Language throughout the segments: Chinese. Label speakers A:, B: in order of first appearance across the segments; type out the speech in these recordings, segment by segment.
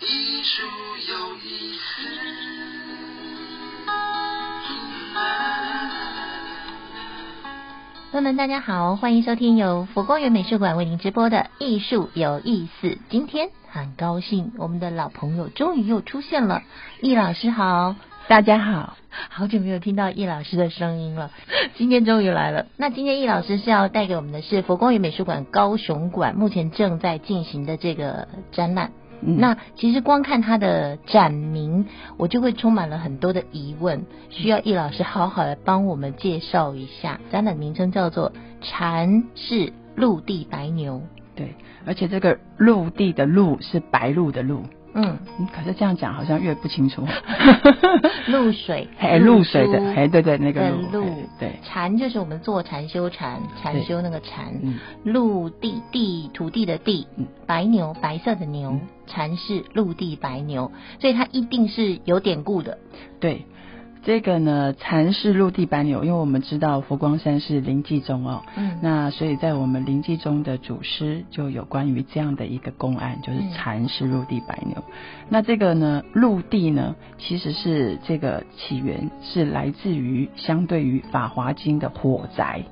A: 艺术有意思。
B: 朋友们，大家好，欢迎收听由佛光园美术馆为您直播的《艺术有意思》。今天很高兴，我们的老朋友终于又出现了，易老师好。
C: 大家好，
B: 好久没有听到易老师的声音了，今天终于来了。那今天易老师是要带给我们的是佛光园美术馆高雄馆目前正在进行的这个展览。
C: 嗯
B: 那其实光看它的展名，我就会充满了很多的疑问，需要易老师好好的帮我们介绍一下。展览名称叫做“禅是陆地白牛
C: 对，而且这个陆地的陆是白鹭的鹭，”，
B: 嗯，
C: 嗯，可是这样讲好像越不清 楚。
B: 露水，
C: 哎，露水的，
B: 珠
C: 哎，对对，那个
B: 的
C: 露，
B: 露
C: 哎对，
B: 禅就是我们坐禅修禅，禅
C: 对
B: 修那个禅，
C: 嗯，
B: 陆地地土地的地
C: 嗯，
B: 白牛白色的牛，禅是陆地白牛，所以它一定是有典故的。
C: 对。这个呢，禅是陆地白牛，因为我们知道佛光山是临济宗哦，
B: 嗯
C: 那所以在我们临济宗的祖师就有关于这样的一个公案，就是
B: 嗯
C: 禅是陆地白牛。那这个呢，陆地呢，其实是这个起源是来自于相对于《法华经》的火宅。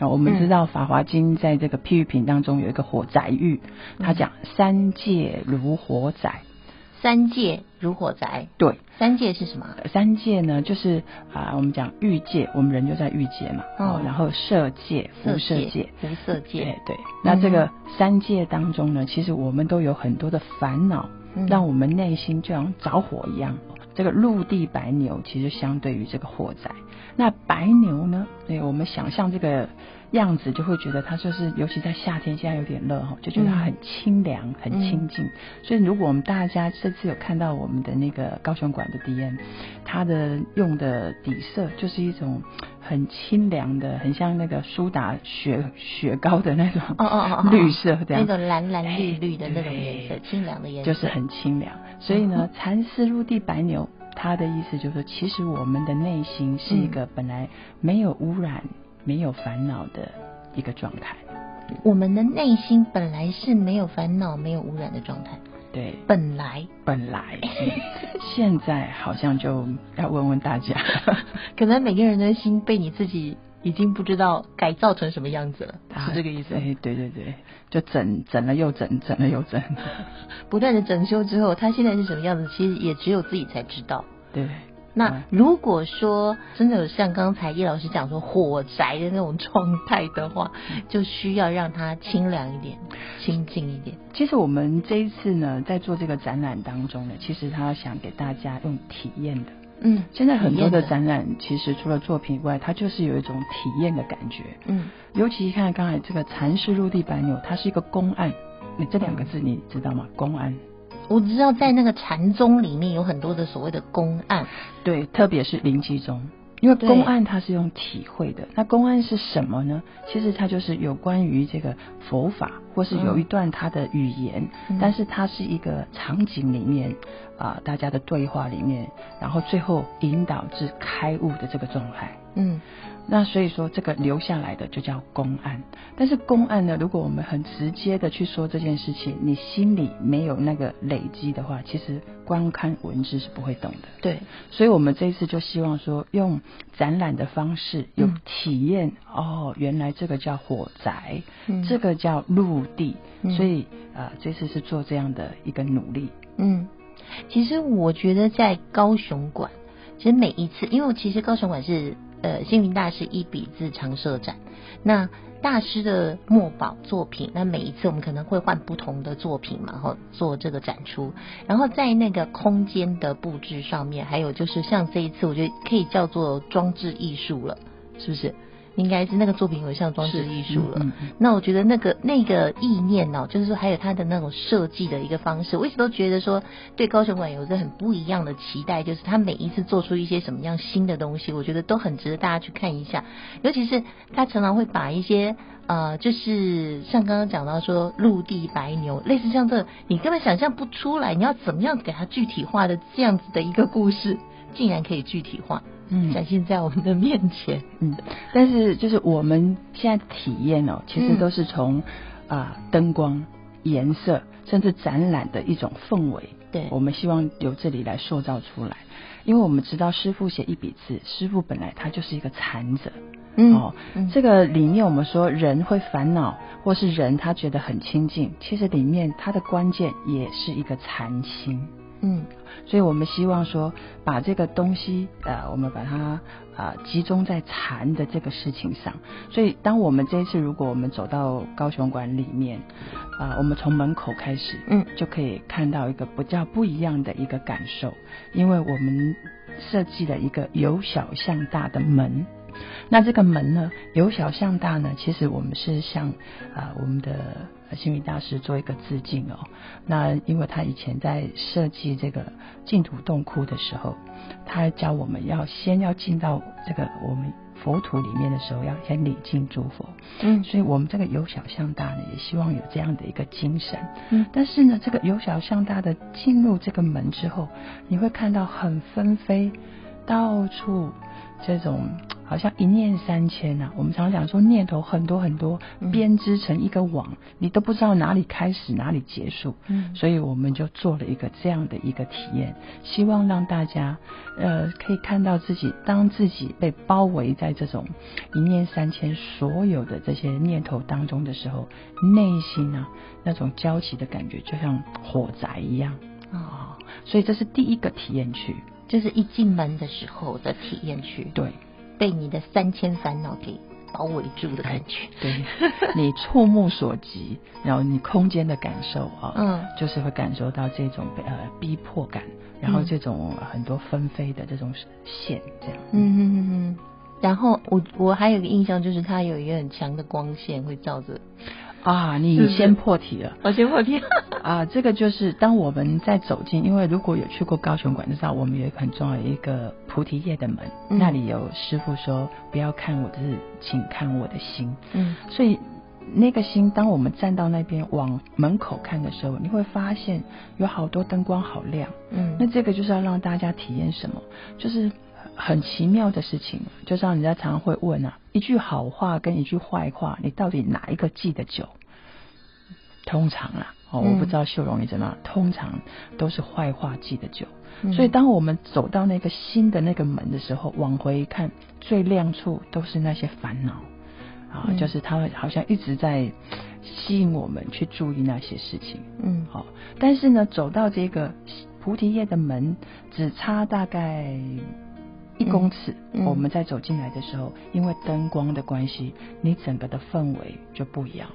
C: 啊，我们
B: 嗯
C: 知道《法华经》在这个譬喻品当中有一个火宅喻，它讲三界如火宅。
B: 三界如火宅，
C: 对，
B: 三界是什么啊？
C: 三界呢，就是啊、我们讲欲界，我们人就在欲界嘛，
B: 哦
C: 哦，然后色界、无色界，、
B: 无色界，
C: 对对，那这
B: 嗯
C: 个三界当中呢，其实我们都有很多的烦恼，
B: 嗯
C: 让我们内心就像着火一样。这个陆地白牛其实相对于这个火灾，那白牛呢？对我们想象这个样子，就会觉得它就是，尤其在夏天，现在有点热哈，就觉得它
B: 嗯
C: 很清凉、很清静。所以，如果我们大家这次有看到我们的那个高雄馆的 DM，它的用的底色就是一种很清凉的，很像那个苏打雪雪糕的那种
B: 哦哦哦哦，
C: 绿色这
B: 那
C: 样，
B: 种蓝蓝绿绿的那种颜色，
C: 哎对
B: 清凉的颜色，嗯
C: 就是很清凉。所以呢，禅师入地白牛，他的意思就是说，其实我们的内心是一个本来没有污染、没有烦恼的一个状态。
B: 我们的内心本来是没有烦恼、没有污染的状态，
C: 对，
B: 本来
C: 本 来、嗯现在好像就要问问 大家，
B: 可能每个人的心被你自己已经不知道改造成什么样子了，
C: 啊
B: 是这个意思吗。
C: 哎，对对对，就整整了又整，整了又整。
B: 不断的整修之后，他现在是什么样子，其实也只有自己才知道。
C: 对，哎
B: 那如果说真的有像刚才叶老师讲说火宅的那种状态的话，
C: 嗯
B: 就需要让它清凉一点、清静一点。
C: 其实我们这一次呢，在做这个展览当中呢，其实他想给大家用体验的。
B: 嗯，
C: 现在很多的
B: 体验
C: 展览，其实除了作品以外，它就是有一种体验的感觉。
B: 嗯，
C: 尤其看刚才这个禅师陆地白牛，它是一个公案。你这两个字你知道吗？
B: 嗯
C: 公案。
B: 我知道在那个禅宗里面有很多的所谓的公案，
C: 对，特别是灵机中，因为
B: 对
C: 公案它是用体会的。那公案是什么呢？其实它就是有关于这个佛法，或是有一段它的语言，
B: 嗯
C: 但是它是一个场景里面啊、大家的对话里面，然后最后引导至开悟的这个状态。
B: 嗯
C: 那所以说，这个留下来的就叫公案。但是公案呢，如果我们很直接的去说这件事情，你心里没有那个累积的话，其实光看文字是不会懂的。
B: 对，
C: 所以我们这一次就希望说，用展览的方式，有
B: 嗯
C: 体验、哦，原来这个叫火宅，
B: 嗯
C: 这个叫陆地，
B: 嗯
C: 所以呃，这次是做这样的一个努力。
B: 嗯，其实我觉得在高雄馆，其实每一次，因为其实高雄馆是呃星云大师一笔字常设展，那大师的墨宝作品，那每一次我们可能会换不同的作品嘛，然后做这个展出，然后在那个空间的布置上面，还有就是像这一次，我觉得可以叫做装置艺术了，是不是？应该是那个作品有像装置艺术了，
C: 嗯嗯
B: 那我觉得那个那个意念哦，就是说还有它的那种设计的一个方式，我一直都觉得说对高雄馆有着很不一样的期待，就是它每一次做出一些什么样新的东西，我觉得都很值得大家去看一下。尤其是他常常会把一些呃，就是像刚刚讲到说陆地白牛，类似像这个你根本想象不出来，你要怎么样给它具体化的这样子的一个故事，竟然可以具体化
C: 嗯
B: 展现在我们的面前。嗯
C: 嗯，但是就是我们现在体验哦，其实都是从、啊、灯光、颜色，甚至展览的一种氛围。
B: 对
C: 我们希望由这里来塑造出来，因为我们知道师傅写一笔字，师傅本来他就是一个禅者，
B: 嗯
C: 哦，这个里面我们说人会烦恼，或是人他觉得很清净，其实里面它的关键也是一个禅心。
B: 嗯
C: 所以我们希望说，把这个东西，呃，我们把它啊、呃集中在禅的这个事情上。所以，当我们这一次，如果我们走到高雄馆里面，啊、我们从门口开始，
B: 嗯，
C: 就可以看到一个比较不一样的一个感受，因为我们设计了一个由小向大的门。那这个门呢，由小向大呢，其实我们是向啊、我们的呃心理大师做一个致敬哦。那因为他以前在设计这个净土洞窟的时候，他教我们要先要进到这个我们佛土里面的时候，要先礼敬诸佛。
B: 嗯
C: 所以我们这个由小向大呢，也希望有这样的一个精神。
B: 嗯
C: 但是呢，这个由小向大的进入这个门之后，你会看到很纷飞，到处这种好像一念三千啊。我们常讲说念头很多很多
B: 嗯，
C: 编织成一个网，你都不知道哪里开始，哪里结束。
B: 嗯
C: 所以我们就做了一个这样的一个体验，希望让大家呃可以看到自己，当自己被包围在这种一念三千所有的这些念头当中的时候，内心啊那种焦急的感觉，就像火宅一样
B: 哦，
C: 啊、所以这是第一个体验区，
B: 就是一进门的时候的体验区，
C: 对。
B: 被你的三千烦恼给包围住的感觉。
C: 对你触目所及，然后你空间的感受啊、
B: 嗯
C: 就是会感受到这种呃逼迫感，然后这种呃很多纷飞的这种线，这样，
B: 嗯嗯嗯嗯。然后我我还有一个印象就是它有一个很强的光线会照着，
C: 啊，
B: 是不
C: 你
B: 是
C: 先破题了
B: 我先破天。
C: 啊！这个就是当我们在走进，因为如果有去过高雄馆，就知道我们有一个很重要的一个菩提叶的门，
B: 嗯
C: 那里有师傅说不要看我的日，请看我的心。
B: 嗯
C: 所以那个心，当我们站到那边往门口看的时候，你会发现有好多灯光好亮。
B: 嗯，
C: 那这个就是要让大家体验什么？就是很奇妙的事情，就像人家常常会问啊，一句好话跟一句坏话，你到底哪一个记得久？通常啦，哦，
B: 嗯
C: 我不知道秀荣你怎么样，通常都是坏话记得久。
B: 嗯
C: 所以当我们走到那个新的那个门的时候，往回看，最亮处都是那些烦恼啊，
B: 嗯
C: 就是他们好像一直在吸引我们去注意那些事情。
B: 嗯
C: 好、但是呢，走到这个菩提叶的门，只差大概一公尺，
B: 嗯嗯
C: 我们再走进来的时候，因为灯光的关系，你整个的氛围就不一样了。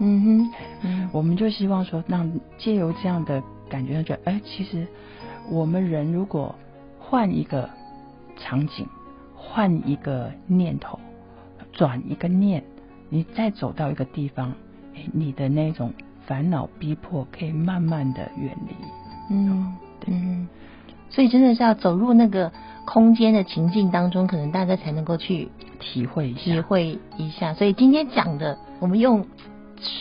B: 嗯哼嗯
C: 我们就希望说，让借由这样的感觉，觉得哎，其实我们人如果换一个场景，换一个念头，转一个念，你再走到一个地方，哎，你的那种烦恼逼迫可以慢慢的远离。
B: 嗯
C: 对
B: 嗯，所以真的是要走入那个空间的情境当中，可能大家才能够去
C: 体会一下，
B: 体会一下。所以今天讲的，我们用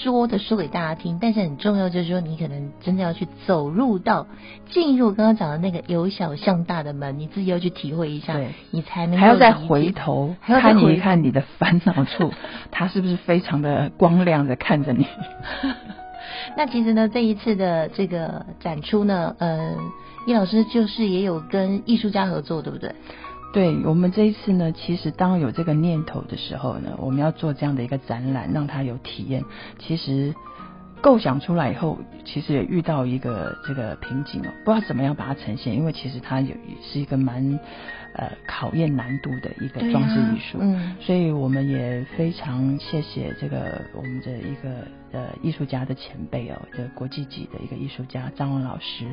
B: 说的说给大家听，但是很重要就是说，你可能真的要去走入到进入刚刚讲的那个由小向大的门，你自己要去体会一下
C: 对，
B: 你才能够
C: 还要再
B: 理解
C: 回头
B: 还要再
C: 看
B: 回
C: 一看你的烦恼处， 它是不是非常的光亮的看着你？
B: 那其实呢，这一次的这个展出呢，呃，叶老师就是也有跟艺术家合作，对不对？
C: 对我们这一次呢，其实当有这个念头的时候呢，我们要做这样的一个展览，让他有体验。其实构想出来以后，其实也遇到一个这个瓶颈哦，不知道怎么样把它呈现，因为其实它有是一个蛮呃考验难度的一个
B: 对啊
C: 装置艺术。
B: 嗯
C: 所以我们也非常谢谢这个我们的一个呃艺术家的前辈哦，这个国际级的一个艺术家张文老师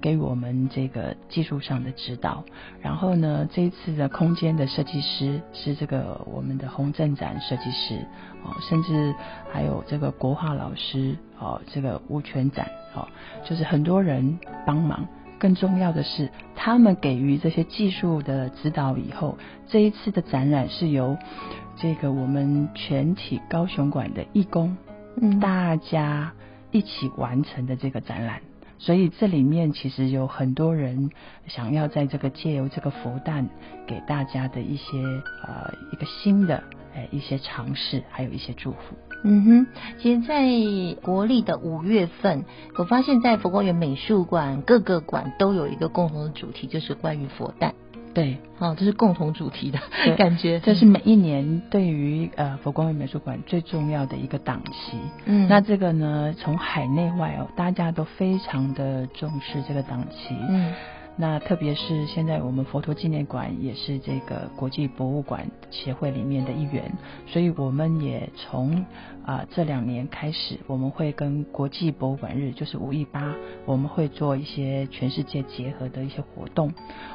C: 给我们这个技术上的指导。然后呢，这一次的空间的设计师是这个我们的洪正展设计师哦，甚至还有这个国画老师哦，这个吴全展哦，就是很多人帮忙。更重要的是，他们给予这些技术的指导以后，这一次的展览是由这个我们全体高雄馆的义工
B: 嗯
C: 大家一起完成的这个展览。所以这里面其实有很多人想要在这个借由这个佛诞给大家的一些呃一个新的呃一些尝试，还有一些祝福。
B: 嗯哼，其实，在国历的五月份，我发现，在佛光园美术馆各个馆都有一个共同的主题，就是关于佛诞。
C: 对，
B: 哦，这是共同主题的
C: 对
B: 感觉，嗯
C: 这是每一年对于呃佛光园美术馆最重要的一个档期。
B: 嗯
C: 那这个呢，从海内外哦，大家都非常的重视这个档期。
B: 嗯
C: 那特别是现在我们佛陀纪念馆也是这个国际博物馆协会里面的一员，所以我们也从啊、这两年开始，我们会跟国际博物馆日，就是五一八，我们会做一些全世界结合的一些活动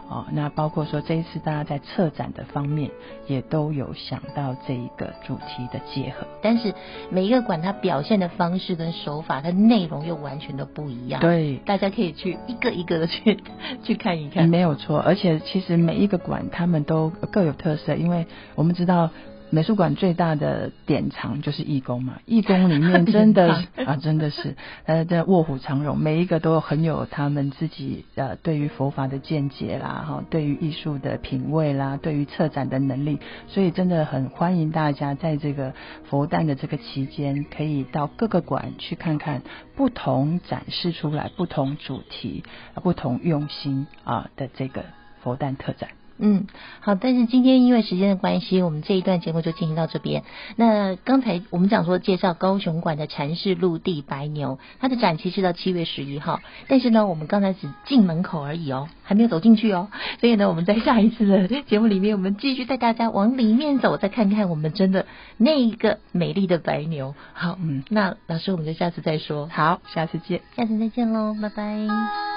C: 啊、那包括说这一次大家在策展的方面，也都有想到这一个主题的结合。
B: 但是每一个馆它表现的方式跟手法，它内容又完全都不一样。，
C: 对，
B: 大家可以去一个一个的去去看一看。
C: 没有错，而且其实每一个馆他们都各有特色，因为我们知道。美术馆最大的典藏就是义工嘛， 义工里面真的是 啊，真的是呃，这卧虎藏龙，每一个都很有他们自己呃对于佛法的见解啦，哈、对于艺术的品味啦，对于策展的能力，所以真的很欢迎大家在这个佛诞的这个期间，可以到各个馆去看看不同展示出来不同主题、啊不同用心啊的这个佛诞特展。
B: 嗯，好，但是今天因为时间的关系，我们这一段节目就进行到这边。那刚才我们讲说介绍高雄馆的禅室陆地白牛，它的展期是到七月十一号，但是呢，我们刚才只进门口而已哦，还没有走进去哦。所以呢，我们在下一次的节目里面，我们继续带大家往里面走，再看看我们真的那一个美丽的白牛。好，
C: 嗯
B: 那老师我们就下次再说，
C: 好，下次见。
B: 下次再见喽，拜拜。